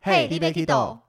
嘿你要去倒？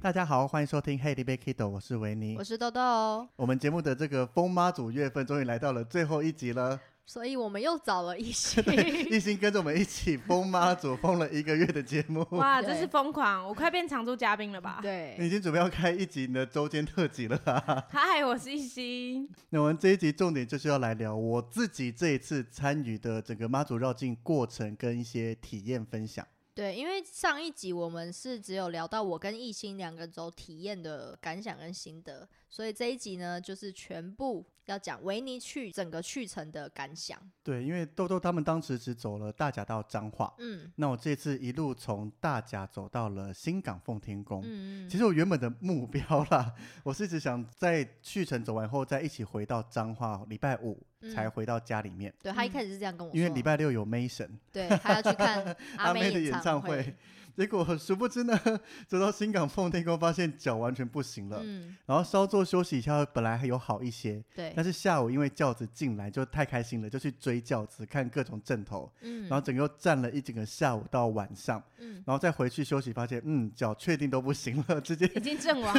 大家好，欢迎收听《Hey, d b a Kido》，我是维尼 我。是豆哦豆，我们节目的这个疯妈祖月份终于来到了最后一集 了，所以我们又找了一些 一心跟着我们一起疯妈祖疯了一个月的节 目，哇，对这是疯狂！我快变常驻嘉宾了 吧？，你已对，经准备要开一集你的周间特辑了、啊。嗨，我是一心。那我们这一集重点就是要来聊我自己这一次参与的整个妈祖绕境过程跟一些体验分享。 对，因为上一集我们是只有聊到我跟艺兴两个周体验的感想跟心得，所以这一集呢，就是全部要讲维尼去整个去程的感想。对，因为豆豆他们当时只走了大甲到彰化，嗯那我这次一路从大甲走到了新港奉天宫。嗯哦其嗯，实我原本的目标啦， 我是只想在去程走完后，再一起回到彰化，礼拜五嗯才回到家里面，对他一开始是这样跟我说，因为礼拜六有 Mason 对他要去 看阿妹的演唱会，。 结果殊不知呢， 走到新港奉天宫，发现脚完全不行了。嗯，然后稍作休息一下，本来还有好一些，对但，是下午因为轿子进来就太开心了，就去追轿子，看各种阵头，嗯然后整个又站了一整个下午到晚上，嗯，然后再回去休息，发现嗯脚确定都不行了， 直接已经阵亡，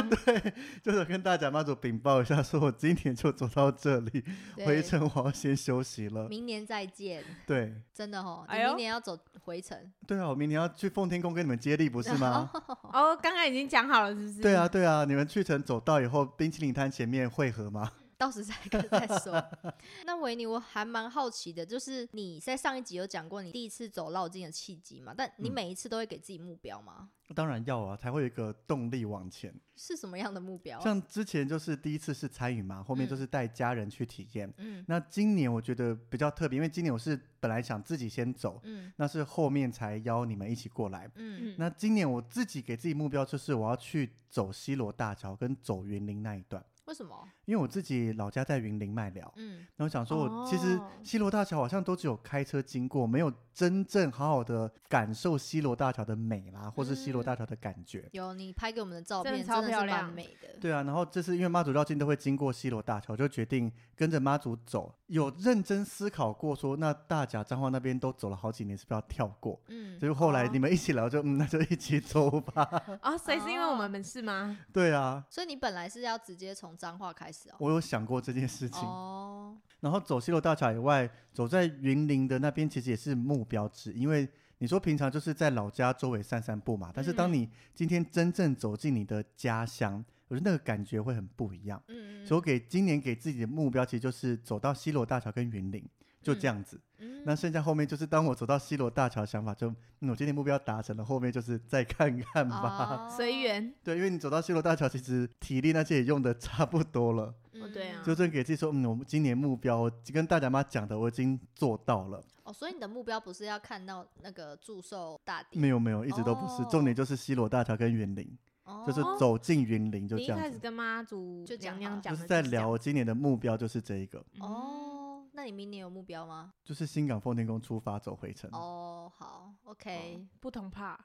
就是跟大甲妈祖禀报一下，说我今天就走到这里，对回程我要先休息了。明年再见，对，真的哦，你哎呦明年要走回程，对啊，我明天要去奉天宫跟你们接力，不是吗？ 哦，刚刚已经讲好了，是不是？对啊，，对啊，你们去程走到以后，冰淇淋摊前面汇合吗？ 到时再跟再说。 那维尼，我还蛮好奇的，就是你在上一集有讲过你第一次走绕境的契机嘛？但你嗯每一次都会给自己目标吗？当然要啊，才会有一个动力往前。是什么样的目标？像之前就是第一次是参与嘛，后面就是带家人去体验。嗯那今年我觉得比较特别，因为今年我是本来想自己先走，嗯那是后面才邀你们一起过来。嗯那今年我自己给自己目标就是我要去走西罗大桥跟走云林那一段，为什么？因为我自己老家在云林麦寮，嗯那我想说，我其实哦西罗大桥好像都只有开车经过，没有真正好好的感受西罗大桥的美啦，或是西罗大桥的感觉。有你拍给我们的照真片的超真的漂是蛮亮美的。对啊，然后这次因为妈祖绕境都会经过西罗大桥，就决定跟着妈祖走。有认真思考过说，那大甲彰化那边都走了好几年，是不是要跳过？嗯所以后来哦你们一起聊就，嗯，那就一起走吧。 哦，所以是因为我们是吗？对啊，所以你本来是要直接从彰化开始哦。我有想过这件事情。哦，然后走西罗大桥以外，走在云林的那边其实也是目标之一，因为你说平常就是在老家周围散散步嘛，但是当嗯你今天真正走进你的家乡，我觉得那个感觉会很不一样。嗯所以我给今年给自己的目标其实就是走到西罗大桥跟云林。就这样子，嗯那剩下后面就是当我走到西罗大桥的想法就，嗯，我今天目标达成了，后面就是再看看吧。哦随缘，对，因为你走到西罗大桥，其实体力那些也用的差不多了。嗯哦对啊就正给自己说，嗯，我们今年目标，我跟大甲妈讲的，我已经做到了。哦，所以你的目标不是要看到那个祝寿大典，没有没有，一直都不是。哦重点就是西罗大桥跟云林，哦就是走进云林就你这一样开始子。跟妈祖就讲娘好了娘就讲的是在聊我今年的目标就是这一个，这样，嗯哦，那你明年有目标吗？就是新港奉天宫出发走回程。哦，好，OK，哦不同怕，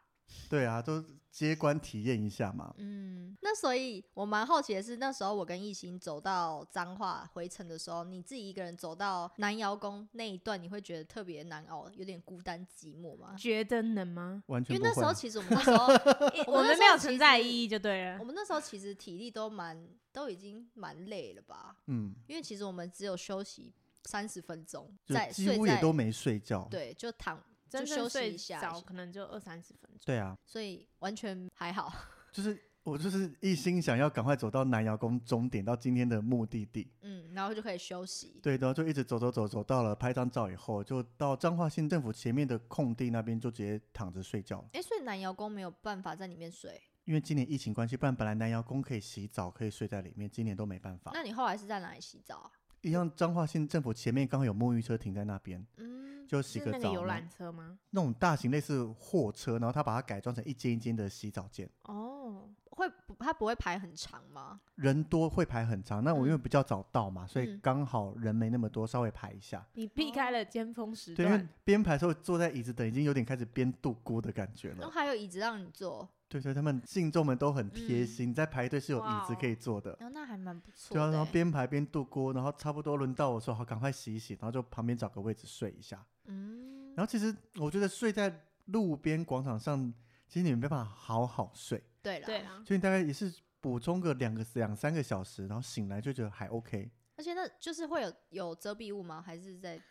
对啊，都接关体验一下嘛。？嗯，那所以我蛮好奇的是，那时候我跟艺兴走到彰化回程的时候，你自己一个人走到南瑶宫那一段，你会觉得特别难熬，有点孤单寂寞吗？觉得能吗完全因为不那时候会。其实我们那时候， 诶我我那时候们没有其存在实意义就对了我。们那时候其实体力都蛮都已经蛮累了吧，嗯，因为其实我们只有休息三十分钟，就在几睡乎也在都没睡觉。对，就躺就真休正息睡一下，着可能就二三十分钟。对啊，所以完全还好。就是我就是一心想要赶快走到南瑶宫终点，到今天的目的地。嗯，然后就可以休息。对，然后就一直走走走走到了拍张照以后，就到彰化县政府前面的空地那边就直接躺着睡觉了。哎，所以南瑶宫没有办法在里面睡，因为今年疫情关系，不然本来南瑶宫可以洗澡，可以睡在里面，今年都没办法。那你后来是在哪里洗澡啊？一样，彰化县政府前面刚好有沐浴车停在那边，嗯，就洗是个那个澡游嘛。览车吗？那种大型类似货车，然后他把它改装成一间一间的洗澡间，哦，会不它不会排很长吗？人多会排很长。那我因为嗯比较早到嘛，所以嗯刚好人没那么多，稍微排一下。你避开了尖峰时对，因为段，边排的时候坐在椅子等，已经有点开始边度孤的感觉然后了。还有椅子让你坐，对对，他们信众们都很贴嗯心，在排队是有椅哇子哦可以坐的。然后那还蛮不错对啊，然的后欸。边排边度过，然后差不多轮到我说好，赶快洗一洗，然后就旁边找个位置睡一下。嗯，然后其实我觉得睡在路边广场上，其实你没办法好好睡，对对啊啦，啦，所以你大概也是补充个两个两三个小时，然后醒来就觉得还 OK。而且那就是会有有遮蔽物吗？还是在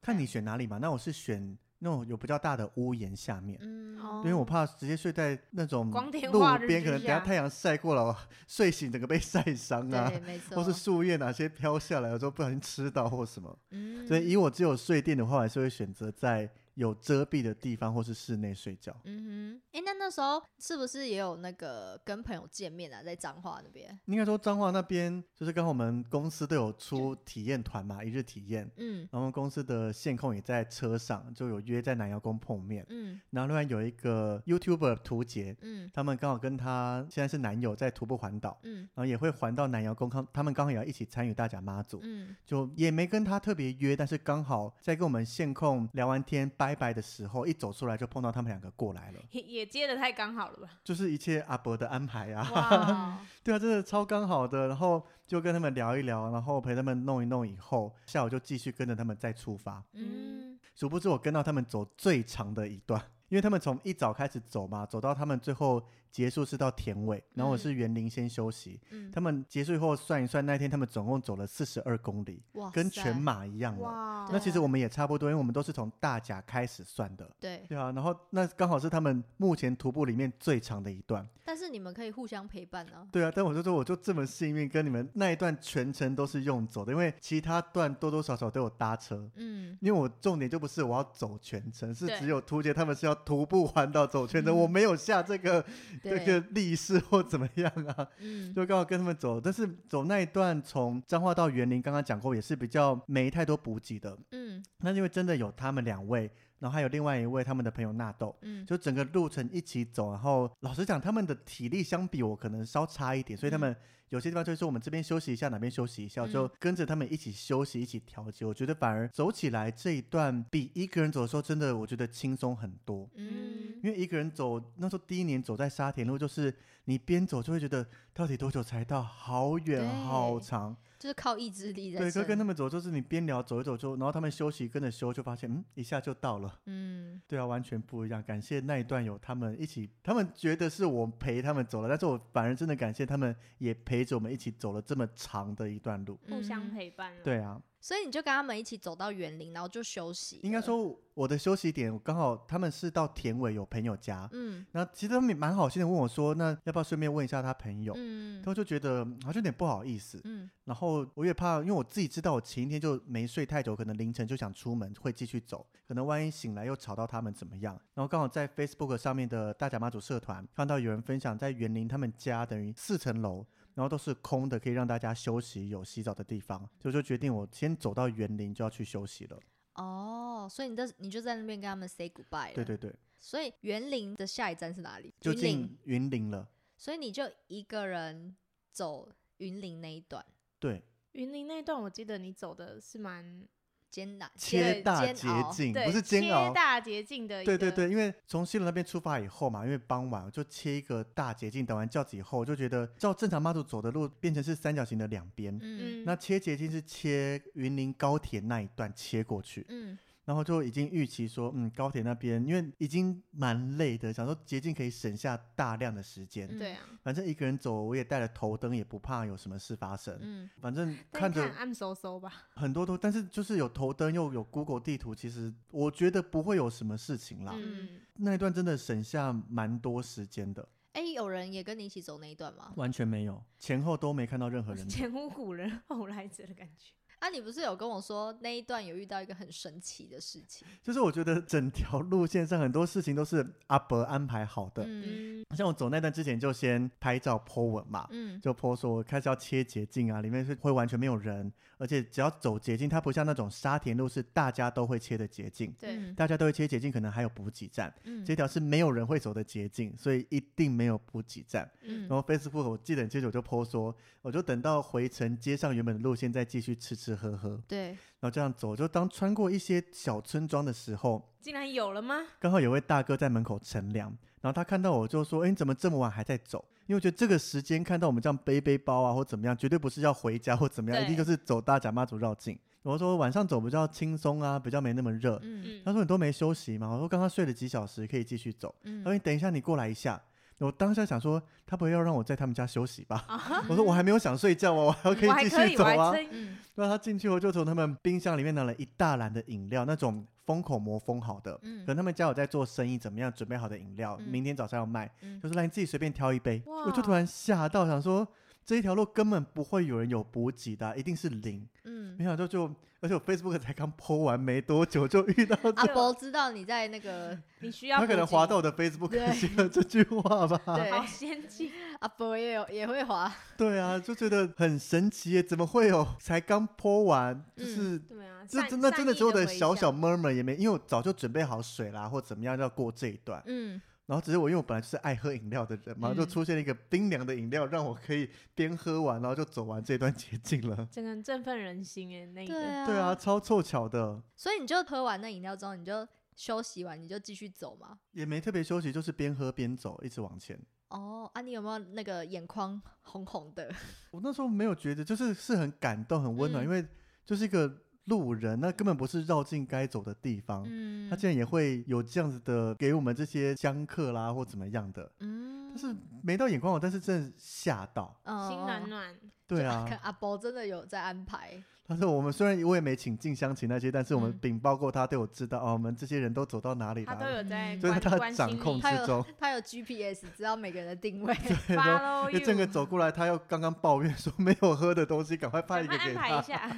看你选哪里嘛，那我是选那种有比较大的屋檐下面。嗯哦因为我怕直接睡在那种光天路化日边，之可能等下下太阳晒过了，我 睡醒整个被晒伤啊，对，没错，或是树叶哪些飘下来，有时候不小心吃到或什么。嗯，所以以我只有睡垫的话，我还是会选择在有遮蔽的地方或是室内睡觉。嗯哼，哎、那那时候是不是也有那个跟朋友见面啊，在彰化那边？应该说彰化那边就是刚好我们公司都有出体验团嘛，一日体验。嗯然后公司的线控也在车上，就有约在南窑宫碰面。嗯然后另外有一个 YouTuber 图杰，嗯他们刚好跟他现在是男友在徒步环岛，嗯然后也会环到南窑宫，他他们刚好也要一起参与大甲妈祖，嗯就也没跟他特别约，但是刚好在跟我们线控聊完天拜拜的时候，一走出来就碰到他们两个过来了，也也接的太刚好了 吧？就是一切阿伯的安排啊，哇， 对啊，真的超刚好的，然后就跟他们聊一聊，然后陪他们弄一弄以后，下午就继续跟着他们再出发，嗯殊不知我跟到他们走最长的一段。 因为他们从一早开始走嘛，走到他们最后结束是到田尾，然后我是园林先休息，嗯，他们结束以后算一算，那一天他们总共走了四十二公里，嗯哇塞，跟全马一样了。哇那其实对啊我们也差不多，因为我们都是从大甲开始算的。对，对啊，然后那刚好是他们目前徒步里面最长的一段。但是你们可以互相陪伴啊。对啊，但我就说我就这么幸运，跟你们那一段全程都是用走的，因为其他段多多少少都有搭车。 嗯，因为我重点就不是我要走全程，是对只有图杰他们是要徒步环岛走全程，嗯我没有下这个这对，个力士或怎么样啊。嗯，就刚好跟他们走，但是走那一段从彰化到园林，刚刚讲过也是比较没太多补给的。嗯那因为真的有他们两位，然后还有另外一位他们的朋友纳豆，嗯，就整个路程一起走。然后老实讲，他们的体力相比我可能稍差一点，所以他们有些地方就会说我们这边休息一下，哪边休息一下，我就嗯跟着他们一起休息，一起调节。我觉得反而走起来这一段比一个人走的时候，真的我觉得轻松很多。嗯因为一个人走，那时候第一年走在沙田路，就是你边走就会觉得到底多久才到，好远对好长。就是靠意志力在对，撑跟跟他们走，就是你边聊走一走就，然后他们休息跟着休，就发现嗯一下就到了。嗯对啊，完全不一样。感谢那一段有他们一起，他们觉得是我陪他们走了，但是我反而真的感谢他们也陪着我们一起走了这么长的一段路。互嗯相。陪伴了。对啊，所以你就跟他们一起走到园林，然后就休息。应该，说我的休息点刚好他们是到田尾有朋友家，嗯那其实他们也蛮好心的问我说，那要不要顺便问一下他朋友？嗯他就觉得嗯好像有点不好意思，嗯然后我也怕，因为我自己知道我前一天就没睡太久，可能凌晨就想出门，会继续走，可能万一醒来又吵到他们怎么样？然后刚好在 Facebook 上面的大甲妈祖社团看到有人分享，在园林他们家等于四层楼，然后都是空的，可以让大家休息有洗澡的地方，所以我就决定我先走到园林就要去休息了。哦，所以你的你就在那边跟他们 say goodbye 了。对对对，所以园林的下一站是哪里？就云林。进云林了。所以你就一个人走云林那一段，对，云林那一段，我记得你走的是蛮艰难、切煎大煎捷熬径，对，嗯不是煎熬，切大捷径的一对对个，对，因为从西伦那边出发以后嘛，因为傍晚我就切一个大捷径，等完轿子以后，我就觉得照正常妈祖走的路变成是三角形的两边。嗯嗯，那切捷径是切云林高铁那一段切过去，嗯然后就已经预期说，嗯，高铁那边因为已经蛮累的，想说捷径可以省下大量的时间。嗯对啊，反正一个人走，我也带了头灯，也不怕有什么事发生。嗯反正但看着看暗嗖嗖吧，很多都，但是就是有头灯又有 Google 地图，其实我觉得不会有什么事情啦。嗯，那一段真的省下蛮多时间的，哎、有人也跟你一起走那一段吗？完全没有，前后都没看到任何人。前无古人后来者的感觉。啊，你不是有跟我说那一段有遇到一个很神奇的事情？就是我觉得整条路线上很多事情都是阿伯安排好的，嗯嗯，像我走那段之前就先拍照 po 文嘛。嗯就 po 说，我开始要切捷径啊，里面是会完全没有人，而且只要走捷径，它不像那种沙田路是大家都会切的捷径，对，大家都会切捷径，可能还有补给站，嗯这条是没有人会走的捷径，所以一定没有补给站。嗯然后 Facebook 我记得很清楚，就 po 说，我就等到回程接上原本的路线，再继续吃吃喝喝，对，然后这样走。就当穿过一些小村庄的时候，竟然有了吗？刚好有位大哥在门口乘凉，然后他看到我就说：“哎，你怎么这么晚还在走？”因为我觉得这个时间看到我们这样背背包啊，或怎么样，绝对不是要回家或怎么样，一定对就是走大甲妈祖绕境。我说晚上走比较轻松啊，比较没那么热。嗯他说你都没休息嘛？我说刚刚睡了几小时，可以继续走。他说嗯，你等一下，你过来一下。我当下想说，他不会要让我在他们家休息吧？啊，哎我说我还没有想睡觉哦，我还可我还以继可续以，走我还啊。撑嗯那他进去后，就从他们冰箱里面拿了一大篮的饮料，那种封口膜封好的，嗯可能他们家有在做生意，怎么样准备好的饮料，嗯明天早上要卖，嗯就是来你自己随便挑一杯。哇我就突然吓到，想说这一条路根本不会有人有补给的啊、一定是零。没嗯，想到就，而且我 Facebook 才刚 po 完没多久就遇到这阿伯知道你在那个你需啊要他可能补给滑到我的 Facebook 对写了这句话吧？对好先进，阿伯也有也会滑，对啊，就觉得很神奇耶，怎么会有才刚 po 完，就是、对啊，这善真那善真的意只有的的回小小响 murmur 也没，因为我早就准备好水啦或怎么样要过这一段，嗯，然后只是我因为我本来就是爱喝饮料的人嘛，就嗯出现了一个冰凉的饮料，让我可以边喝完然后就走完这段捷径 了。整个很振奋人心哎，那一对个啊，对啊，，超凑巧的，所以你就喝完那饮料之后，你就休息完，你就继续走嘛。也没特别休息，就是边喝边走，一直往前。哦，啊，你有没有那个眼眶红红的？我那时候没有觉得，就是是很感动、很温暖，嗯因为就是一个路人，那根本不是绕境该走的地方。嗯他竟然也会有这样子的给我们这些香客啦，或怎么样的，嗯但是没到眼光我，但是真的吓到。心暖。哦暖，对就啊，看阿伯真的有在安排，他说我们虽然我也没请进香请那些，但是我们嗯禀报过他，对我知道哦，我们这些人都走到哪里他啊都了，有在嗯所以关他关掌心控你他之有 中。 他有 GPS 知道每个人的定位。 对然后 follow 一 you，整个走过来，他又刚刚抱怨说没有喝的东西，赶快派赶一快个安给排一他。 下。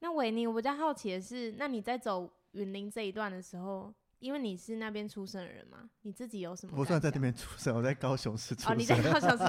那维尼，我比较好奇的是，那你在走云林这一段的时候，因为你是那边出生的人嘛，你自己有什么？我算在那。边出生，我在高雄市出哦，你在生，高雄是在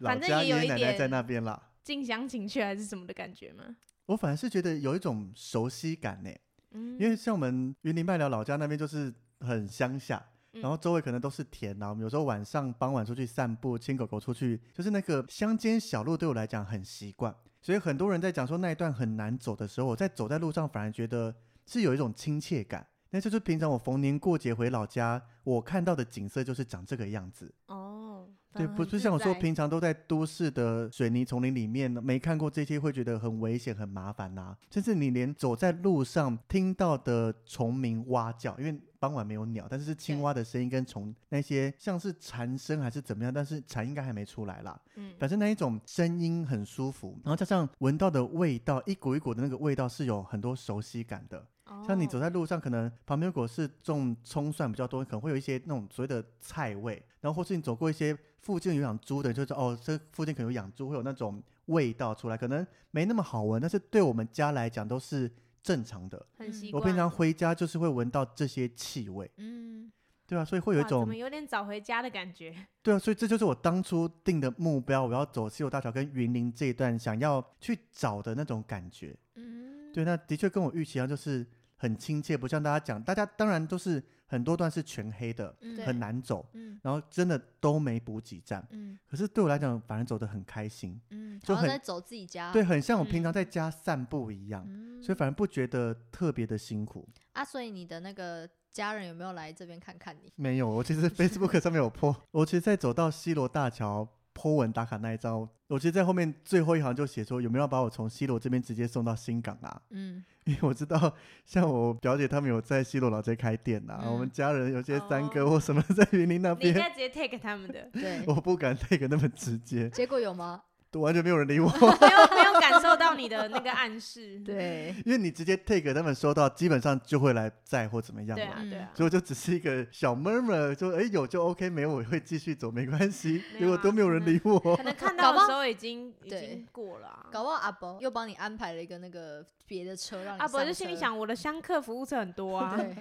老反正家也爷有爷一奶奶在点那边啦。近乡情怯还是什么的感觉吗？我反而是觉得有一种熟悉感呢，嗯，因为像我们云林麦寮老家那边就是很乡下，嗯然后周围可能都是田然后我们有时候晚上傍晚出去散步，牵狗狗出去，就是那个乡间小路对我来讲很习惯，所以很多人在讲说那一段很难走的时候，我在走在路上反而觉得是有一种亲切感。那就是平常我逢年过节回老家，我看到的景色就是长这个样子。哦，对，反而不是很自像我说在平常都在都市的水泥丛林里面没看过这些，会觉得很危险、很麻烦呐、甚至你连走在路上听到的虫鸣蛙叫，因为傍晚没有鸟，但是是青对蛙的声音跟虫那些像是蝉声还是怎么样，但是蝉应该还没出来啦。嗯反正那一种声音很舒服，然后加上闻到的味道，一股一股的那个味道是有很多熟悉感的。像你走哦在路上，可能旁边如果是种葱蒜比较多，可能会有一些那种所谓的菜味，然后或是你走过一些附近有养猪的，就是哦，这附近可能有养猪，会有那种味道出来，可能没那么好闻，但是对我们家来讲都是正常的。嗯很习我惯。平常回家就是会闻到这些气味，嗯，对啊，所以会有一哇怎种么有点找回家的感觉？对啊，所以这就是我当初定的目标，我要走西游大桥跟云林这一段，想要去找的那种感觉。 嗯，对，那的确跟我预期一样，就是很亲切，不像大家讲，大家当然都是很多段是全黑的，嗯对很难走，嗯然后真的都没补给站。嗯可是对我来讲，反而走得很开心，嗯，就好像很在走自己家。对，，很像我平嗯常在家散步一样，嗯，所以反而不觉得特别的辛苦。啊，所以你的那个家人有没有来这边看看 你？没有，我其实 Facebook 上面有 po，我其实，在走到西罗大桥 po 文打卡那一张，我其实，在后面最后一行就写说，有没有要把我从西罗这边直接送到新港啊？嗯，因为我知道，像我表姐他们有在西罗老街开店呐、嗯，我们家人有些三哥哦或什么在云林那你应边，该直接 take 他们的 对。我不敢 take 那么直接，结果有吗？都完全没有人理 我，没有没有感受到你的那个暗示。对，因为你直接 take 他们收到，基本上就会来载或怎么样嗯对了。啊对啊，所以我就只是一个小 murmur，就哎有就 OK，没有我会继续走，没关系。 结没有啊果都没有人理我 可，能看搞到不的好时候已经已对经过了啊。搞不好阿伯又帮你安排了一个那个别的车让你阿伯啊就上心里车，想，我的香客服务车很多 啊，对，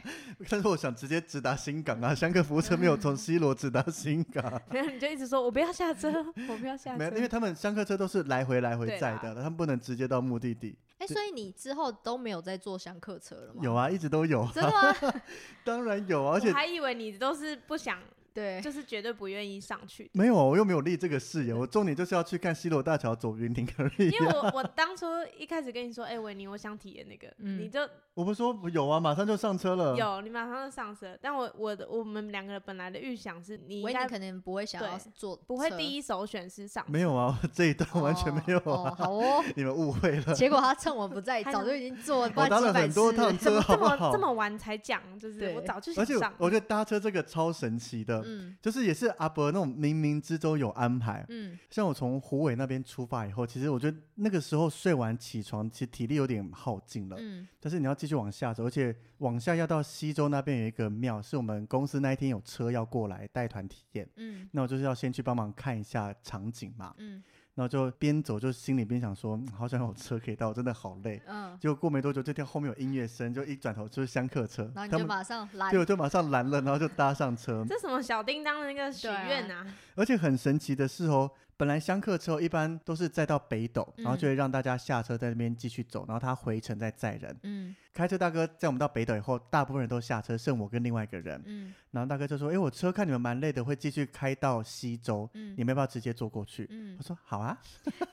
但是我想直接直达新港啊，香客服务车没有从西罗直达新港。没有你就一直说我不要下车，我不要 下没车有，，因为他们香客车都是来回来回对载啦的，他们不能直接到目的地。哎、所以你之后都没有在坐香客啊车了吗？ 有啊，一直都有啊。真的吗？当然有啊，而我且哎还以为你都是不想对，就是绝对不愿意上 去的。没有，我又没有立这个誓言，我重点就是要去看西罗大桥走云林而已因。为我我当初一开始跟你说，哎、维尼，我想体验那个，嗯你就 我们说有啊，马上就上车了。有，你马上就上车。但我我的我们两个人本来的预想是你应维尼该可能不会想要对坐，不会一第一首选是上没有啊， 这一段 完全没有哦啊，好哦， 你们误会了。结果他趁我不在，还早就已经坐了不我知道搭几了百很次多趟怎车，么好这不么好这？么晚才讲？就是我对早就想而且上，我觉得搭车这个超神奇的，嗯就是也是阿伯那种冥冥之中有安排。嗯，像我从湖尾那边出发以后，其实我觉得那个时候睡完起床，其实体力有点耗尽了。嗯，但是你要继续往下走，而且往下要到西周那边有一个庙，是我们公司那一天有车要过来带团体验，嗯那我就是要先去帮忙看一下场景嘛。嗯然后就边走就心里边想说，嗯好想有车可以到，真的好累。嗯，结果过没多久，就听到后面有音乐声，就一转头就是香客车，然后你他就们马上来对，我就马上拦了，然后就搭上车。这什么小叮当的那个许对啊愿啊？而且很神奇的是哦，本来香客车一般都是载到北斗，然后嗯就会让大家下车在那边继续走，然后他回程再载人。嗯开车大哥载我们到北斗以后，大部分人都下车，剩我跟另外一个人。嗯然后大哥就说：“诶，我车看你们蛮累的，会继续开到西周，嗯你们要不要直接坐过去？”嗯我，说：“好啊，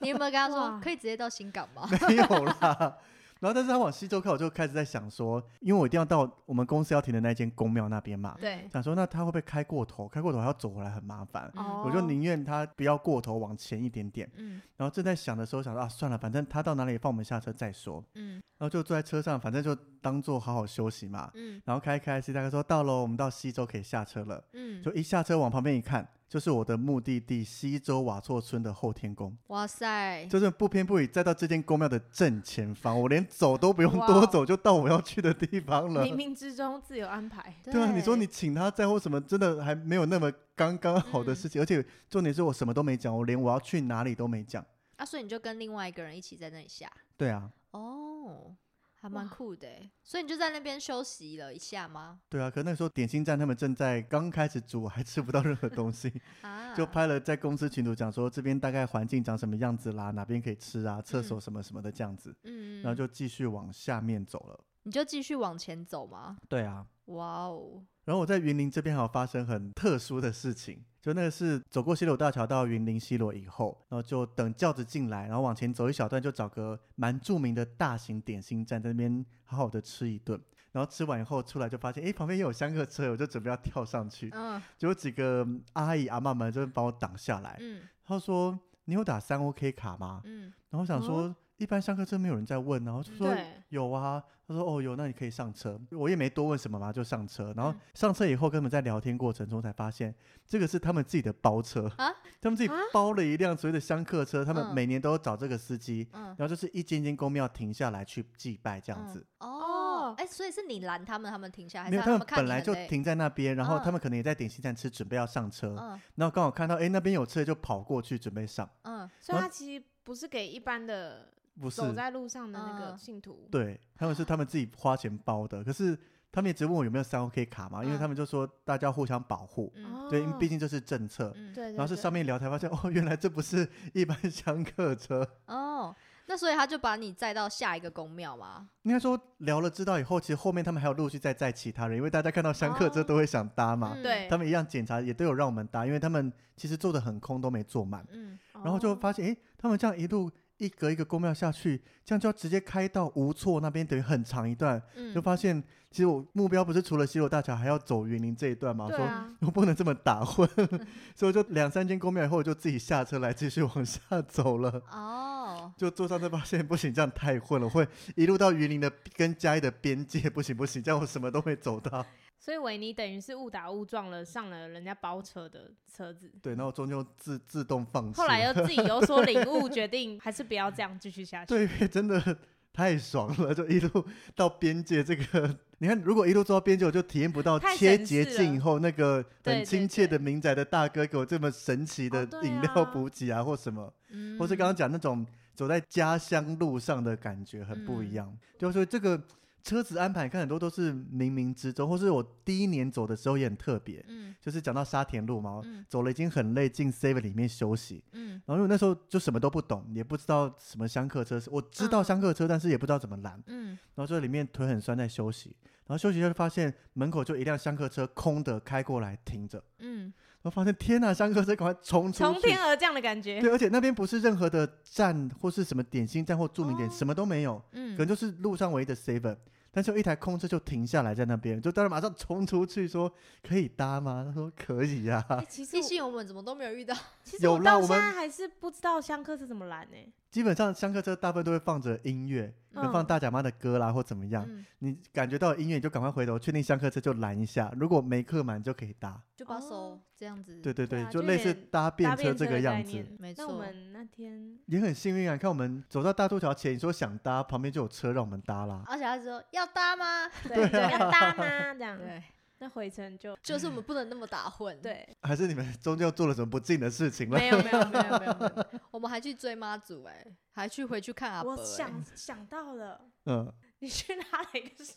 你有没有跟他说哇可以直接到新港吗？ 没有啦。”然后，但是他往西周开，我就开始在想说，因为我一定要到我们公司要停的那间公庙那边嘛， 对，想说那他会不会开过头？开过头还要走回来很麻烦，嗯哦，我就宁愿他不要过头往前一点点。嗯然后正在想的时候，想说啊，算了，反正他到哪里放我们下车再说。嗯然后就坐在车上，反正就当做好好休息嘛。嗯然后开开西大哥说到喽，我们到西周可以下车了。嗯，就一下车往旁边一看，就是我的目的地西周瓦措村的后天宫，哇塞，就是不偏不倚再到这间宫庙的正前方，我连走都不用哇哦多走就到我要去的地方了。冥冥之中自有安排。对啊，你说你请他在或什么，真的还没有那么刚刚好的事情，而且重点是我什么都没讲，我连我要去哪里都没讲。啊，所以你就跟另外一个人一起在那里下，对啊，哦，还蛮哇酷的欸，所以你就在那边休息了一下吗？对啊，可那时候点心站他们正在刚开始煮，还吃不到任何东西，啊，就拍了在公司群组讲说这边大概环境长什么样子啦，哪边可以吃啊，厕所什么什么的这样子，嗯，然后嗯就继续往下面走了。你就继续往前走吗？对啊，哇哦，然后我在云林这边还有发生很特殊的事情，就那个是走过西螺大桥到云林西螺以后，然后就等轿子进来，然后往前走一小段，就找个蛮著名的大型点心站，在那边好好的吃一顿。然后吃完以后出来就发现，哎，旁边也有香客车，我就准备要跳上去，嗯结果几个阿姨阿嬷们就把我挡下来，嗯她说：“你有打三 OK 卡吗嗯？”然后我想哦说，一般香客车没有人在问啊，然后就说对，有啊，他说哦有，那你可以上车。我也没多问什么嘛，就上车。然后嗯上车以后，跟他们在聊天过程中才发现，这个是他们自己的包车啊，他们自己啊包了一辆所谓的香客车，他嗯们每年都找这个司机，嗯，然后就是一间间公庙停下来去祭拜这样嗯子。哦哦，哎，所以是你拦他们，他们停下，还没是有，他他们看本你来很就累？停在那边，然后他嗯们可能也在点心站吃，准备要上车，嗯然后刚好看到哎那边有车，就跑过去准备上，嗯所以然他其实不是给一般的不是走在路上的那嗯个信徒，对，他们是他们自己花钱包的，可是他们也只问我有没有三 OK 卡嘛，因为嗯他们就说大家互相保护，嗯对，因为毕竟竟这是政策。嗯，对，然后是上面聊才发现，哦，原来这不是一般 香客车。哦，那所以他就把你载到下一个宫庙吗？应该说聊了知道以后，其实后面他们还有陆续在载其他人，因为大家看到香客车哦都会想搭嘛，嗯对，他们一样检查也都有让我们搭，因为他们其实坐的很空，都没坐满。嗯，然后就哦发现，诶，他们这样一路一格一个公庙下去，这样就要直接开到吴厝那边，等于很长一段。嗯就发现，其实我目标不是除了西罗大桥，还要走云林这一段嘛。我对说、啊，我不能这么打混，嗯 所以我就两三间公庙以后，我就自己下车来继续往下走了。哦，就坐上车发现不行，这样太混了，会一路到云林的跟嘉义的边界，不行不行，这样我什么都会走到。所以维尼等于是误打误撞了上了人家包车的车子，对，然后终究自自动放弃。后来又自己有所领悟，决定还是不要这样继续下去。对，真的太爽了，就一路到边界这个。你看，如果一路坐到边界，我就体验不到太切神捷似径以了后那个对很对亲切的对民宅的大哥给我这么神奇的哦对饮料啊补给啊，或什么，嗯，或是刚刚讲那种走在家乡路上的感觉很不嗯一样。就是这个车子安排，看很多都是冥冥之中，或是我第一年走的时候也很特别，嗯就是讲到沙田路嘛，嗯走了已经很累，进 Seven 里面休息，嗯然后因为我那时候就什么都不懂，也不知道什么香客车是，我知道嗯香客车，但是也不知道怎么拦，嗯然后就在里面腿很酸在休息，然后休息一下就发现门口就一辆香客车空的开过来停着，嗯，然后发现天呐，香客车赶快冲出从去天而降的感觉。对，而且那边不是任何的站或是什么点心站或著名点，哦什么都没有，可嗯能就是路上唯一的 seven。但是有一台空车就停下来在那边，就当然马上冲出去说可以搭吗？他说可以啊呀、哎其实异我性我们怎么都没有遇到？其实有我啦到我现们在还是不知道香客是怎么来呢、基本上香客车大部分都会放着音乐，可能放嗯大甲妈的啊歌啦或怎么样。嗯，你感觉到有音乐你就赶快回头，确定香客车就拦一下，如果没客满就可以搭。就把手哦这样子，对，对对，对啊就就类有似点搭搭便车便这车个的概样子念。，没那我错们那天也很幸运啊！你看我们走到大渡桥前，你说想搭，旁边就有车让我们搭啦。而且他说要搭吗？对要搭吗？ 这样，对，那回程就 就是我们不能那么打混，，对，还是你们终究做了什么不敬的事情了？没有没有没有没有没有。我们还去追妈祖，哎，还去回去看阿伯，我哎 想想到了，嗯，你去拿了一个石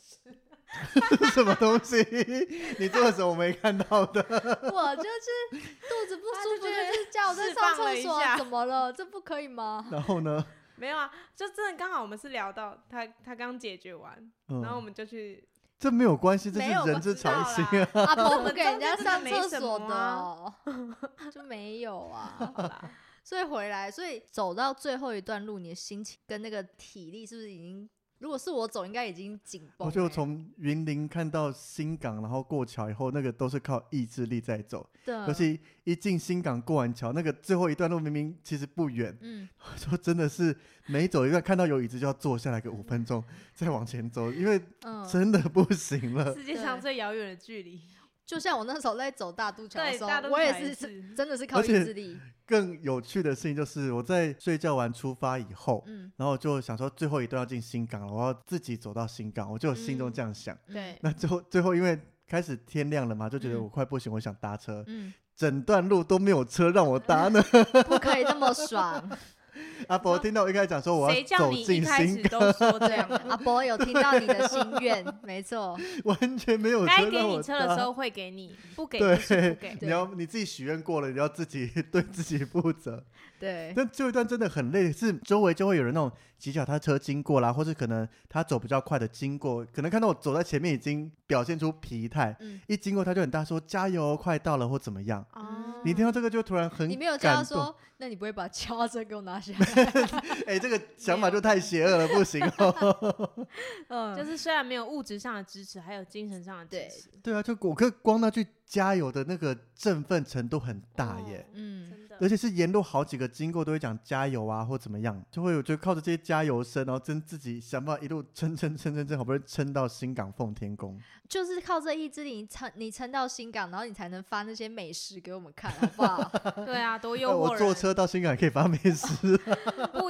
什么东西？ 你做了什么我没看到的？ 我就是肚子不他舒就服，觉得就是叫我在释上放厕了一所，下怎么了？这不可以吗？然后呢？ 没有啊，就真的刚好我们是聊到他，他刚解决完，然后我嗯，们就去，这没有关系，这是没有人关之知道常情啊啦。阿婆 我不们给中人家间真的上没厕什所么的啊哦，就没有啊。好啦 所以回来，所以走到最后一段路，你的心情跟那个体力是不是已经？如果是我走，应该已经紧绷欸。 我哦就从云林看到新港，然后过桥以后，那个都是靠意志力在走。欸对，嗯尤其一进新港过完桥，那个最后一段路明明其实不远， 嗯，就真的是每走一段看到有椅子就要坐下来个五分钟，再往前走，因为嗯，真的不行了。世界上最遥远的距离，就像我那时候在走大渡桥的对，时候大家，都我来也一是次真的是靠而意且志力。更有趣的事情就是，我在睡觉完出发以后，嗯，然后我就想说最后一段要进新港了，我要自己走到新港，我就心中嗯这样想。 对，那最后最后因为开始天亮了嘛，就觉得嗯我快不行，我想搭车，嗯，整段路都没有车让我搭呢。 不可以那么爽。阿伯听到我一开始讲说我嗯谁要叫走你一进开新始港， 都说这对，样的？阿伯有听到你的心愿，没错。完全没有该车给让 你我车的时搭。候会给你，不给就是对 不给，。你要你自己许愿过了，你要自己 对自己负责。对，但最后一段真的很累，是周围就会有人那种骑脚踏车经过啦，或是可能他走比较快的经过，可能看到我走在前面已经表现出疲态，嗯一经过他就很大说加油，快到了或怎么样。哦， 嗯你听到这个就突然很你没有感叫他动，说，那你不会把脚踏车给我拿下来？哎、这 个想法就太邪恶了，不行 哦。嗯， 就是虽然没有物质上的支持，还有精神上的对支持，对啊，就我可光那句加油的那个振奋程度很大耶，哦，嗯，真而的。且是沿路好几个经过都会讲加油啊或怎么样，就会有就靠着这些加油声，然后真自己想办法一路撑撑撑撑撑，好不容易撑到新港奉天宫。就是靠这意志力，你撑你撑到新港，然后你才能发那些美食给我们看，好不 好？对 啊，多诱呃惑我人！啊坐车到新港也可以发美食，不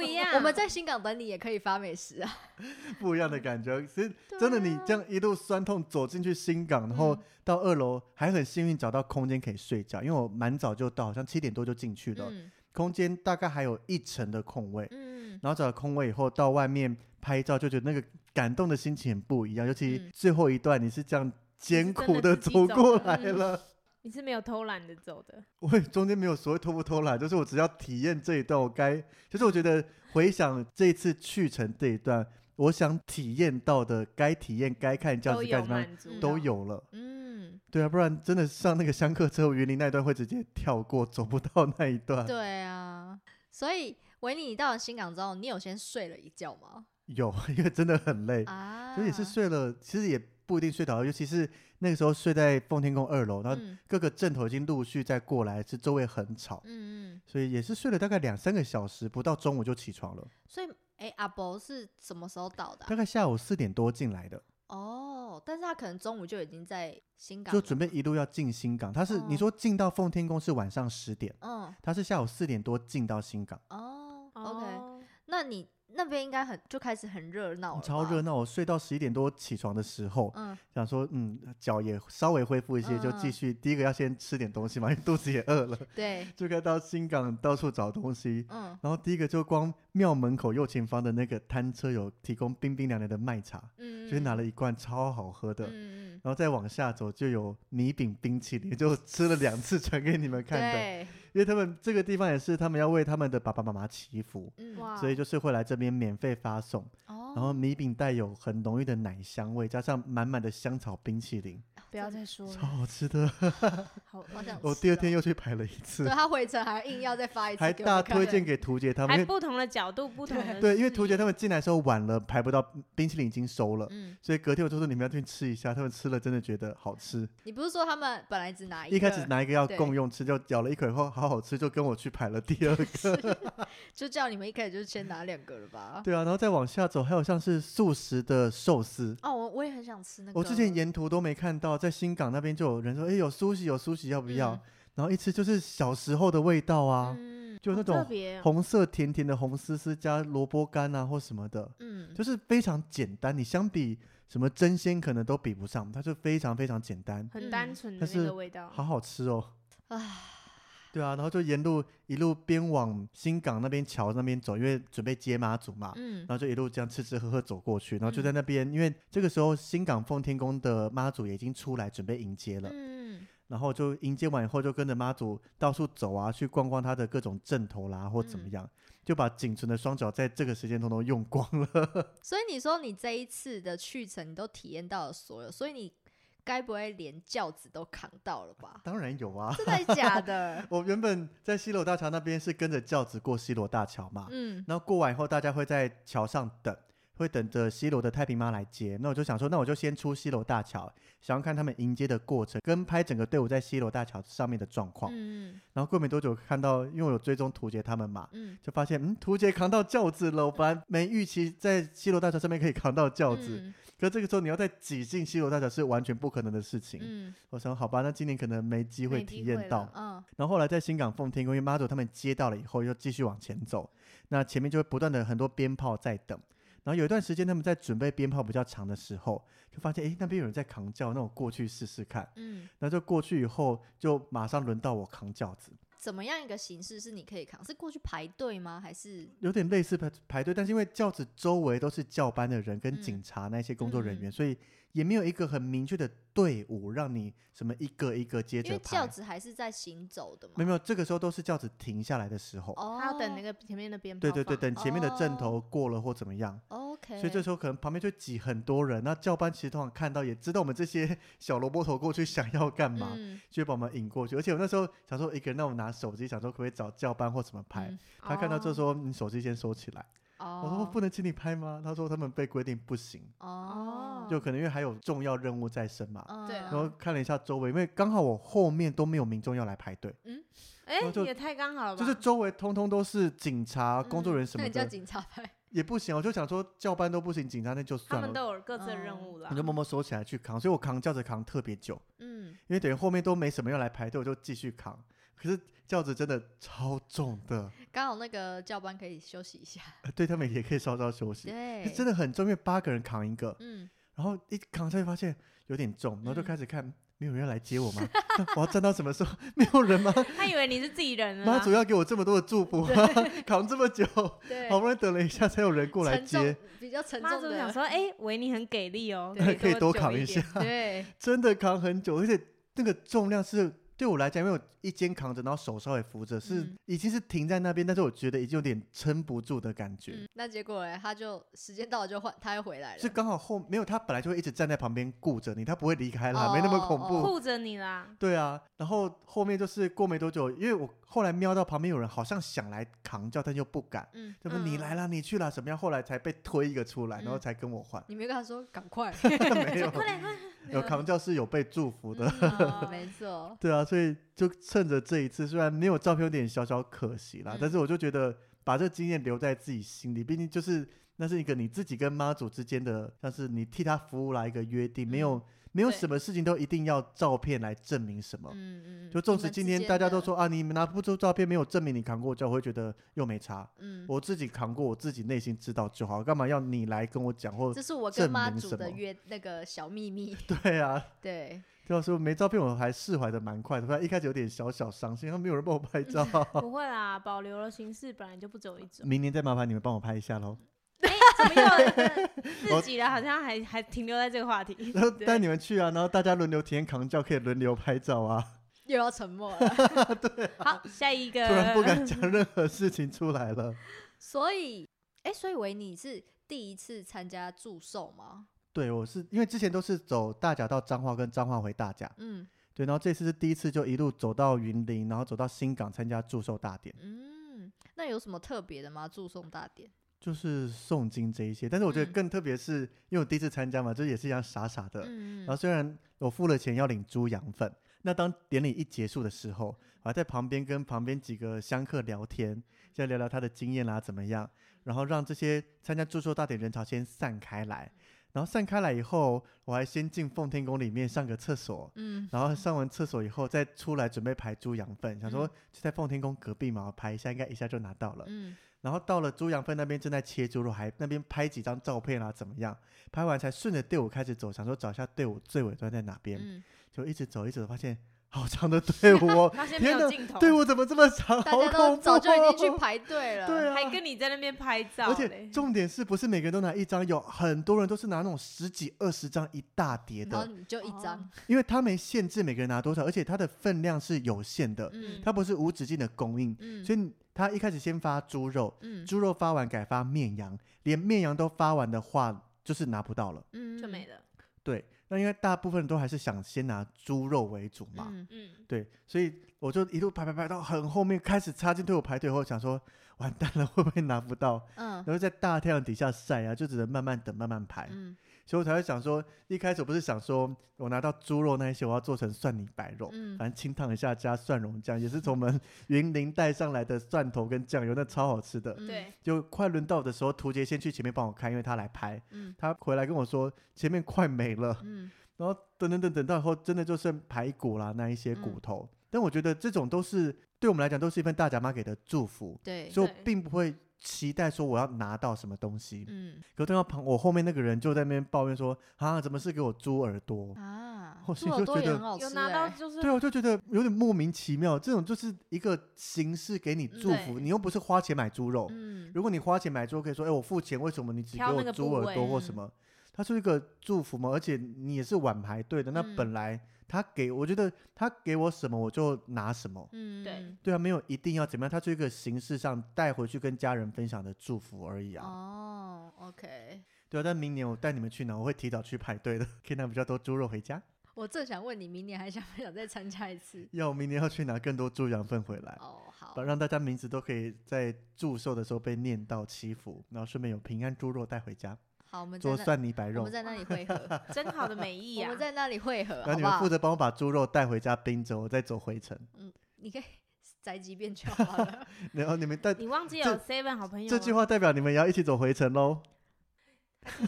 一样，我们在新港等你也可以发美食啊。 不一样的感觉。其实对真的，你啊这样一路酸痛走进去新港，然后嗯到二楼还很幸运找到空间可以睡觉，因为我蛮早就到，好像七点多就进去了，嗯空间大概还有一层的空位。嗯，然后找到空位以后，到外面拍照，就觉得那个感动的心情很不一样。尤其嗯最后一段，你是这样艰是真的苦地自己走走过的来嗯了。你是没有偷懒的走的，我也中间没有所谓偷不偷懒，就是我只要体验这一段，我该就是我觉得回想这一次去程这一段，我想体验到的该体验、该看教都室、有该怎么样满足，都。有了。嗯，对啊，不然真的上那个香客车，我云林那一段会直接跳过，走不到那一段。对啊。所以维尼，你到了新港之后，你有先睡了一觉吗？有，因为真的很累，啊，所以也是睡了，其实也不一定睡着，尤其是那个时候睡在奉天宫二楼，然后嗯各个阵头已经陆续在过来，是周围很吵，嗯嗯。所以也是睡了大概两三个小时，不到中午就起床了。所以，哎，阿伯是什么时候到的啊大？概下午四点多进来的，哦，但是他可能中午就已经在新港就了，准备一路要进新港。他是、你哦说进到奉天宫是晚上十点，嗯他是下午四点多进到新港，哦，OK，、哦那你那边应该很就开始很热闹了，超热闹，闹。我睡到十一点多起床的时候，嗯，想说嗯脚也稍微恢复一些，就嗯继嗯续第一个要先吃点东西嘛，因为肚子也饿了， 对，就该到新港到处找东西。嗯然后第一个就光庙门口右前方的那个摊车有提供冰冰凉凉的麦茶，嗯，就拿了一罐超好喝的。嗯嗯，然后再往下走就有米饼冰淇淋，就吃了两次，传给你们看的。对，因为他们这个地方也是他们要为他们的爸爸妈妈祈福，嗯哇所以就是会来这边免费发送。哦，然然后米饼带有很浓郁的奶香味，加上满满的香草冰淇淋，不要再说超 了，好吃的。好好想饿，我吃第二天哦又去排了一 对次，他回程还硬要再发一次还给我大们看推荐给图杰他们，还因为不同的角度，不同的对，因为视图杰野他们进来的时候晚了，排不到，冰淇淋已经收了。嗯，所以隔天我就说你们要去吃一下，他们吃了真的觉得好吃。你不是说他们本来只拿一开始个拿一个要哎对共用吃，就咬了一口以后好好吃，就跟我去排了第 二个。就叫你们一开始就先拿两个了吧？对啊，然后再往下走，还有像是素食的寿司，哦，我我也很想吃那个。哦我之前沿途都没看到，在新港那边就有人说，哎、有苏喜，有苏喜，要不要？嗯然后一吃就是小时候的味道啊，嗯就那好特种别哦，红色甜甜的红丝丝加萝卜干啊或什么的，嗯，就是非常简单。你相比什么真鲜可能都比不上，它就非常非常简单，很嗯单纯的但那是个味道。好好吃哦。唉，对啊，然后就沿路一路边往新港那边桥那边走，因为准备接妈祖嘛。嗯然后就一路这样吃吃喝喝走过去，然后就在那边，因为这个时候新港奉天宫的妈祖也已经出来准备迎接了，嗯，然后就迎接完以后，就跟着妈祖到处走啊，去逛逛她的各种镇头啦，或怎么嗯样，就把仅存的双脚在这个时间通通用光了。？所以你说你这一次的去程你都体验到了所有，所以你该不会连轿子都扛到了吧当然有啊，真的 假的？我原本在西罗大桥那边是跟着轿子过西罗大桥嘛，嗯然后过完以后，大家会在桥上等，会等着西罗的太平妈来接。那我就想说，那我就先出西罗大桥，想要看他们迎接的过程，跟拍整个队伍在西罗大桥上面的状况。嗯然后过没多久，看到因为我有追踪图杰他们嘛，嗯，就发现嗯，图杰扛到轿子了。我本来没预期在西罗大桥上面可以扛到轿子，嗯可这个时候你要再挤进西罗大桥是完全不可能的事情。嗯我想，好吧，那今年可能没机会没体机会验了到。嗯然后后来在新港奉天宫，因为妈祖他们接到了以后，又继续往前走，那前面就会不断的很多鞭炮在等。然后有一段时间他们在准备鞭炮比较长的时候，就发现诶那边有人在扛轿，那我过去试试看。嗯，那就过去以后，就马上轮到我扛轿子，怎么样一个形式是你可以扛？是过去排队吗？还是有点类似排排队，但是因为轿子周围都是教班的人跟嗯警察那些工作人员，嗯所以也没有一个很明确的队伍让你什么一个一个接因着为轿排。子还是在行走的嘛没？有没有，这个时候都是轿子停下来的时候。哦，他要等那个个前面的鞭炮对放，对对，等前面的阵哦头过了或怎么样， OK，所以这时候可能旁边就挤很多人。那教班其实通常看到也知道我们这些 小萝卜头过去想要干嘛，嗯就会把我们引过去。而且我那时候想说一个人，那我拿手机想说可不可以找教班或怎么拍。嗯他看到就哦说：“你手机先收起来。”我说：“哦，不能请你拍吗？”他说：“他们被规定不行，哦，就可能因为还有重要任务在身嘛。”嗯对然后看了一下周围，因为刚好我后面都没有民众要来排队，哎后就，也太刚好了吧？就是周围通通都是警察、工作嗯人员什那么你叫的，警察拍，也不行，我就想说教班都不行，警察那就他算们了，都有各自的任嗯务啦我。就默默收起来去扛，所以我扛轿子扛特别久，嗯， 因为等于后面都没什么要来排队，我就继续扛。可是轿子真的超重 的，刚好那个教官可以休息一下，呃对他们也可以稍稍休息，对可，真的很重，因为八个人扛一个，嗯，然后一扛下去发现有点重，然后就嗯开始看。没有人要来接 我吗？那我要站到什么时候？ 没有人吗？嗯他以为你是自己人了妈啊，祖要给我这么多的祝福吗？ 扛这么久，对，好不容易等了一下才有人过来沉重接，比较沉妈重祖想的， 说，哎，维尼很给力哦，对可以多久扛一点下。对，真的扛很久，而且那个重量是对我来讲，因为我一肩扛着，然后手稍微扶着，是、嗯已经是停在那边，但是我觉得已经有点撑不住的感觉。嗯，那结果嘞，他就时间到了就换，他又回来了，是刚好后没有他本来就会一直站在旁边顾着你，他不会离开啦，没那么恐怖。哦护着你啦。 对啊，然后后面就是过没多久，因为我后来瞄到旁边有人好像想来扛轿，但又不敢，嗯，怎么嗯你来啦，你去啦，怎么样？后来才被推一个出来，然后嗯才跟我 。换 你没跟他说赶快，没有，快点快点！有扛轿是有被祝福的。 哦嗯没 错，对啊，所以就趁着这一次，虽然没有照片有点小小可惜啦，嗯但是我就觉得把这个经验留在自己心里，毕竟就是那是一个你自己跟妈祖之间的，像是你替他服务啦一个约定，没有没有嗯对什么事情都一定要照片来证明什么。嗯嗯，就你纵使们今之天间大家的都，说啊，你们拿不出照片，没有证明你扛过教，我会觉得又没差。嗯，我自己扛过，我自己内心知道就好，干嘛要你来跟我讲？或这是我跟证妈明祖什的么约那个小秘 密，对啊，对，对啊，所以我没照片我还释怀的蛮快的，不然一开始有点小小伤心，因为没有人帮我拍 照。不会啦，保留了形式，本来就不只有一 种。明年再麻烦你们帮我拍一下喽。哎，怎么 又我自己了？好像还还停留在这个话题。然后对带你们去啊，然后大家轮流体验扛啊轿，可以轮流拍照啊。又要沉默 了。好，下一个。，突然不敢讲任何事情出来了。所以，哎、所以维尼是第一次参加祝寿吗？对，我是因为之前都是走大甲到彰化，跟彰化回大甲，嗯对，然后这次是第一次就一路走到云林，然后走到新港参加祝寿大典，嗯，那有什么特别的吗？祝颂大典？就是诵经这一些。但是我觉得嗯更特别是，因为我第一次参加嘛，就是也是一样傻傻的，嗯呃然后虽然我付了钱要领猪羊粪，那当典礼一结束的时候，我还在旁边跟旁边几个香客聊天，再聊聊他的经验啦、怎么样，然后让这些参加祝寿大典人潮先散开来。然后散开来以后，我还先进奉天宫里面上个厕所，嗯然后上完厕所以后再出来准备排猪羊粪，想说嗯就在奉天宫隔壁嘛，我排一下应该一下就拿到了。嗯然后到了猪羊粪那边正在切猪肉，还那边拍几张照片啊，怎么样？拍完才顺着队伍开始走，想说找一下队伍最尾端在哪边，嗯，就一直走一直走，发现好长的队伍哦 发现没天哪有尽头，队伍怎么这么 长？大好家都恐怖、哦！早就已经去排队了。对啊，还跟你在那边拍照而且，嘞重点是不是每个人都拿一张？有很多人都是拿那种十几、二十张一大叠 然后的，你就一张，因为他没限制每个人拿多少，而且它的分量是有限的，嗯它不是无止境的供应，嗯所以他一开始先发猪肉，嗯猪肉发完改发绵羊，连绵羊都发完的话，就是拿不到了。嗯就没了。对，那因为大部分人都还是想先拿猪肉为主嘛，嗯嗯，对，所以我就一路排排排到很后面，开始插进队伍排队后，想说完蛋了，会不会拿不到？嗯然后在大太阳底下晒啊，就只能慢慢等，慢慢排。嗯所以我才会想说，一开始我不是想说我拿到猪肉那一些，我要做成蒜泥白肉，嗯反正清烫一下加蒜蓉酱，也是从我们云林带上来的蒜头跟酱油，那超好吃的。嗯对，就快轮到的时候，图杰先去前面帮我看，因为他来拍。嗯他回来跟我说前面快没了， 嗯然后等等等等到以后，真的就剩排骨啦那一些骨嗯头。但我觉得这种都是对我们来讲都是一份大甲妈给的祝福，对，所以我对并不会期待说我要拿到什么东西。嗯可听到旁我后面那个人就在那边抱怨说啊，怎么是给我猪耳朵？啊，我猪心耳就朵觉也得很好吃有拿到欸就是对啊，我就觉得有点莫名其妙。这种就是一个形式给你嗯祝福，对你又不是花钱买猪肉，嗯如果你花钱买猪，可以说，哎、我付钱，为什么你只给挑我那个猪部耳位朵或什嗯么？它是一个祝福嘛，而且你也是晚排队的，那嗯本来他给我觉得他给我什么我就拿什么，嗯对对啊，没有一定要怎么样，它是一个形式上带回去跟家人分享的祝福而已啊。哦，OK，对啊，但明年我带你们去哪，我会提早去排队的，可以拿比较多猪肉回家。我正想问你，明年还想不想再参加一次？ 要我明年要去拿更多猪羊粪回来，哦，好把，让大家名字都可以在祝寿的时候被念到祈福，然后顺便有平安猪肉带回家，好，我们在做那，蒜泥白我肉们。在那里汇合，真好的美意我啊们！ 在那里汇合，然后好你不们好负？责帮我把猪肉带回家冰着，我再走回程。你可以 宅几遍就好了。 然后你们带你忘记有这 Seven 好朋友这句话代表你们也要一起走回程喽。 你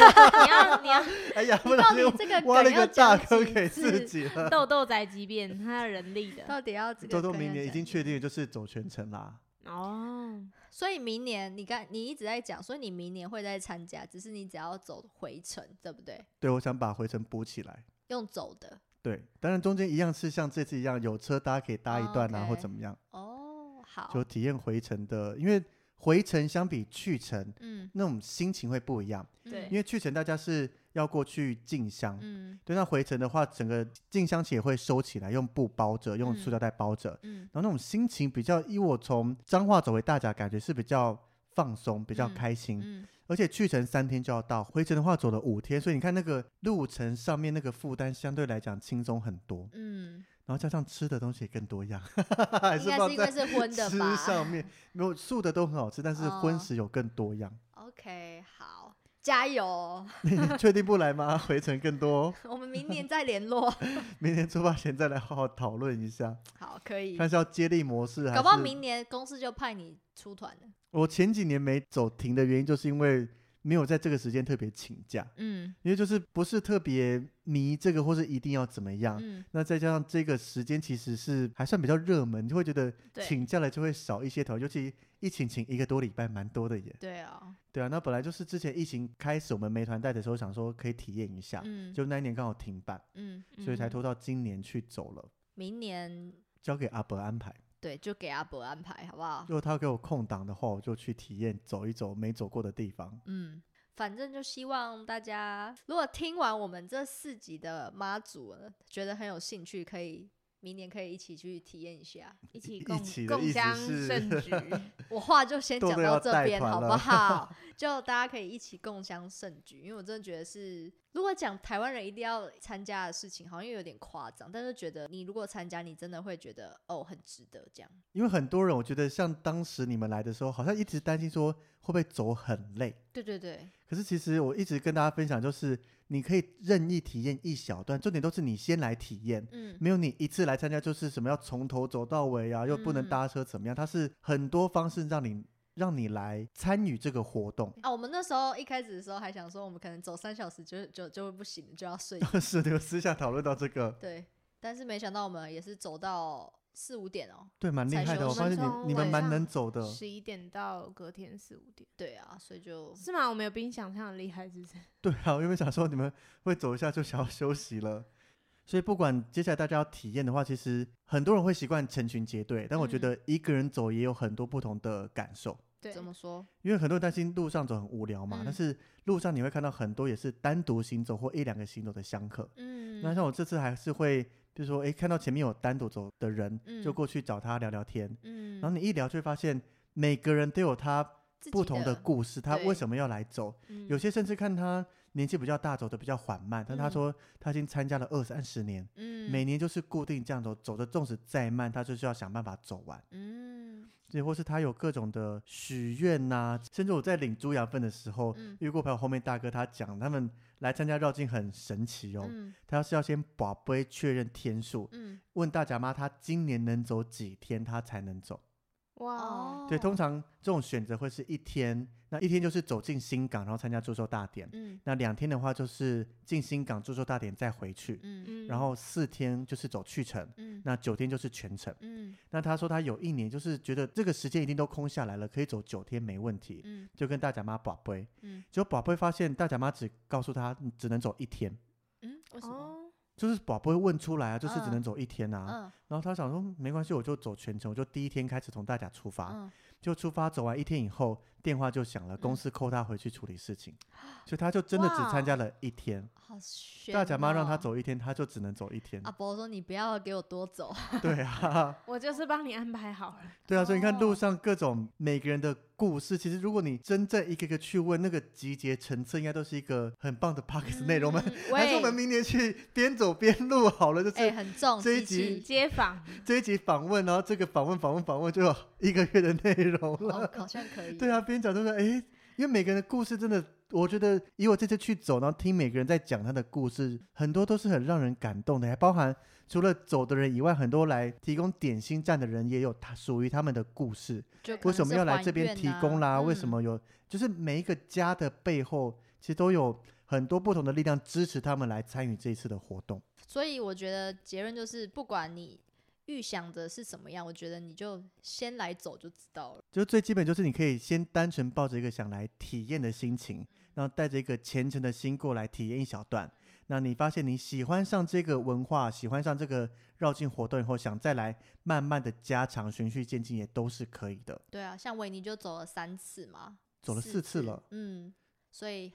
要你要哎呀， 不你到然底又这个挖了梗一个要大讲坑几给自次？己 了。豆豆宅急便，他要人力的 到底要这个豆豆梗明要年已讲经几确遍定就是走全程啦。哦。所以明年你刚你一直在讲，所以你明年会再参加，只是你只要走回程，对不对？对，我想把回程补起来。用走的对，当然中间一样是像这次一样，有车大家可以搭一段啊，哦或，OK 怎么样，哦，好，就体验回程的。因为回程相比去程，嗯，那种心情会不一样。对因为去程大家是要过去进香，嗯对，那回程的话，整个静香旗也会收起来，用布包着，用嗯塑料袋包着。嗯然后那种心情比较，依我从彰化走回大甲，感觉是比较放松，比较嗯开心。嗯而且去程三天就要到，回程的话走了五天，所以你看那个路程上面那个负担相对来讲轻松很多。嗯，然后加上吃的东西也更多样，还应是该放是因为在是荤的吃吧上面，没有素的都很好吃，但是荤哦食有更多样。 ？OK，好，加油哦， 你确定不来吗？回程更多、哦，我们明年再联 络。明天出发前再来好好讨论一下。好，可以。看是要接力模式还是？搞不好明年公司就派你出团了。我前几年没走停的原因，就是因为没有在这个时间特别请假，嗯因为就是不是特别迷这个，或是一定要怎么样。嗯那再加上这个时间其实是还算比较热门，就会觉得对请假了就会少一些头，尤其一请请一个多礼拜，蛮多的耶。对啊，对啊，那本来就是之前疫情开始我们没团带的时候，想说可以体验一下，嗯啊就那一年刚好停办，嗯，所以才嗯拖到今年去走了，明年交给阿伯安排。对就给阿伯安排好不好如？果他要给我空档的话，我就去体验走一走没走过的地方。嗯，反正就希望大家如果听完我们这四集的妈祖呢，觉得很有兴趣，可以明年可以一起去体验一下。一一起一共起的共意思襄是盛 举。我话就先豆讲豆到要这带边，团好不了 好？就大家可以一起共襄盛举，因为我真的觉得是，如果讲台湾人一定要参加的事情，好像又有点夸张，但是觉得你如果参加，你真的会觉得哦，很值得这样。因为很多人，我觉得像当时你们来的时候，好像一直担心说会不会走很累。对对对，可是其实我一直跟大家分享，就是你可以任意体验一小段，重点都是你先来体验，嗯，没有你一次来参加就是什么要从头走到尾啊，又不能嗯搭车怎么样？它是很多方式让你让你来参与这个活动。 啊，我们那时候一开始的时候还想说，我们可能走三小时就就就会不行，就要睡觉。是的，有私下讨论到这个，对，但是没想到我们也是走到四五点哦。对，蛮厉才害的。休我发息现我你你们晚蛮上能走的，十一点到隔天四五点，对啊，所以就是吗？我没有比你想象的厉害，是不是？ 对啊，因为想说你们会走一下就想要休息了，所以不管接下来大家要体验的话，其实很多人会习惯成群结队，但我觉嗯得一个人走也有很多不同的感受。 对，怎么说？因为很多人担心路上走很无聊嘛，嗯但是路上你会看到很多也是单独行走或一两个行走的相克。嗯，那像我这次还是会，就是说，诶，看到前面有单独走的人，就嗯过去找他聊聊天。嗯，然后你一聊，就会发现每个人都有他自不己同的故事，他为对什么要来走？嗯有些甚至看他年纪比较大，走的比较缓慢，但他嗯说他已经参加了二三十年，嗯每年就是固定这样走，走的纵使再慢，他就是要想办法走完。嗯对，或是他有各种的许愿呐、甚至我在领猪羊粪的时候，嗯遇过朋友后面大哥他讲，他们来参加绕境很神奇哦，嗯他要是要先把杯确认天数，嗯问大甲妈他今年能走几天，他才能走。哦哇，对，通常这种选择会是一天，那一天就是走进新港，然后参加祝寿大典；嗯那两天的话就是进新港祝寿大典再回去，嗯嗯然后四天就是走去程，嗯那九天就是全程。嗯那他说他有一年就是觉得这个时间一定都空下来了，可以走九天没问题，嗯就跟大甲妈宝贝。嗯结果宝贝发现大甲妈只告诉他嗯只能走一天，嗯，为什么？哦，就是宝贝问出来啊，就是只嗯能走一天啊。嗯然后他想说没关系，我就走全程，我就第一天开始从大甲出发，嗯就出发走完一天以后，电话就响了，公嗯啊司扣他回去处理事情，所以他就真的只参加了一天。好悬哦。大甲妈让他走一天，他就只能走一天阿。伯说：“你不要给我多走。 对啊。我就是帮你安排好了。对啊，所以你看路哦上各种每个人的故事，其实如果你真正一个一个去问，那个集结成册，应该都是一个很棒的 p o c k e t 内容。我们、嗯还是我喂们明年去边走边录好了，就是、哎，很重这一机集器街访，这一集访问，然后这个访问访问访问就有一个月的内容好了。好像可以。对啊，边讲就是哎，因为每个人的故事真的，我觉得以我这次去走，然后听每个人在讲他的故事，很多都是很让人感动的，还包含除了走的人以外，很多来提供点心站的人也有他属于他们的故事。就可为能什么是要来还这边愿提呐供啦？为什嗯么有？就是每一个家的背后，其实都有很多不同的力量支持他们来参与这一次的活动。所以我觉得结论就是，不管你预想的是什么样，我觉得你就先来走就知道了。就最基本就是你可以先单纯抱着一个想来体验的心情，然后带着一个虔诚的心过来体验一小段。那你发现你喜欢上这个文化，喜欢上这个绕境活动以后，想再来慢慢的加强，循序渐进也都是可以的。对啊，像维尼就走了三次嘛，走了四次了，嗯，所以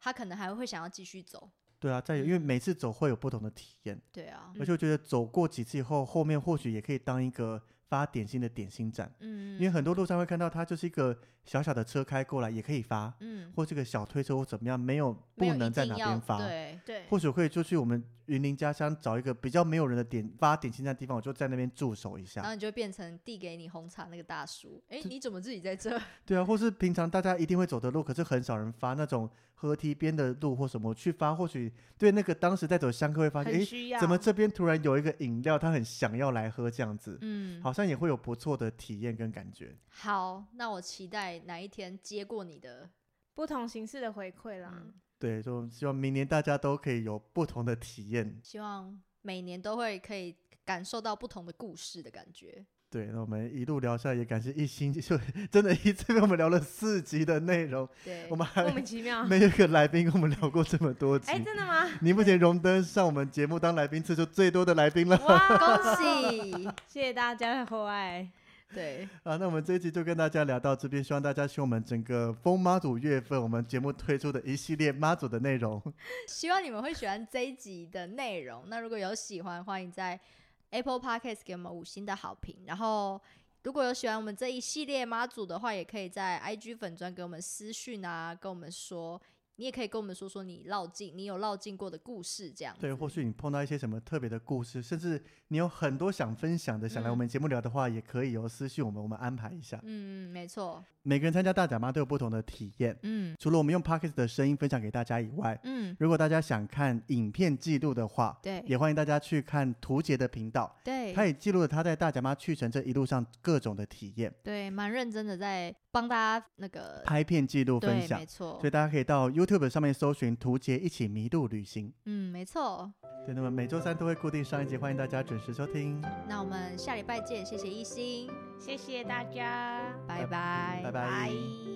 他可能还会想要继续走。对啊，嗯再有因为每次走会有不同的体验。对啊，而且我觉得走过几次以后，后面或许也可以当一个发点心的点心站，嗯，因为很多路上会看到它就是一个小小的车开过来也可以发，嗯，或这个小推车或怎么样，没有没不有一能在定哪要边发。对，对，或许可以就去我们云林家乡找一个比较没有人的点发点心站的地方，我就在那边驻守一然后呃下。你就变成递给你红茶那个大叔，哎、你怎么自己 在这？对啊，或是平常大家一定会走的路，可是很少人发那种河堤边的路或什么我去发，或许对那个当时在走香客会发现，很诶，需要。哎怎么这边突然有一个饮料，他很想要来喝这样子。嗯，好像也会有不错的体验跟感觉。好，那我期待哪一天接过你的，不同形式的回馈啦？嗯，对，就希望明年大家都可以有不同的体验。希望每年都会可以感受到不同的故事的感觉。对，那我们一路聊下来，也感谢一心，就真的一次被我们聊了四集的内容，对，我们 莫还名其妙。没有一个来宾跟我们聊过这么多集啊哎，。真 的吗？你目前荣登上我们节目当来宾次数最多的来宾了 哇，恭！喜，谢谢大家的厚爱。对，啊！那我们这一集就跟大家聊到这边，希望大家喜欢我们整个风妈祖月份我们节目推出的一系列妈祖的内容。希望你们会喜欢这一集的内容。那如果有喜欢，欢迎在 Apple Podcast 给我们五星的好评。然后如果有喜欢我们这一系列妈祖的话，也可以在 IG 粉专给我们私讯啊，跟我们说。你也可以跟我们说说你绕境，你有绕境过的故事，这样对，子或许你碰到一些什么特别的故事，甚至你有很多想分享的，想来我嗯们节目聊的话，也可以哦，私信我们，我们安排一下。嗯，没错，每个人参加大甲妈都有不同的体验，嗯除了我们用 Podcast 的声音分享给大家以外，嗯，如果大家想看影片记录的话，对也欢迎大家去看图杰的频道，对，他也记录了他在大甲妈去程这一路上各种的体验，对，蛮认真的在帮大家那个拍片记录分呃对，享没，错所以，大家可以到 YouTube 上面搜寻“图杰一起迷路旅行嗯，没错。”。对，那么每周三都会固定上一集，欢迎大家准时收听，那我们下礼拜见，谢谢一心，谢谢大家，哎拜拜，拜拜拜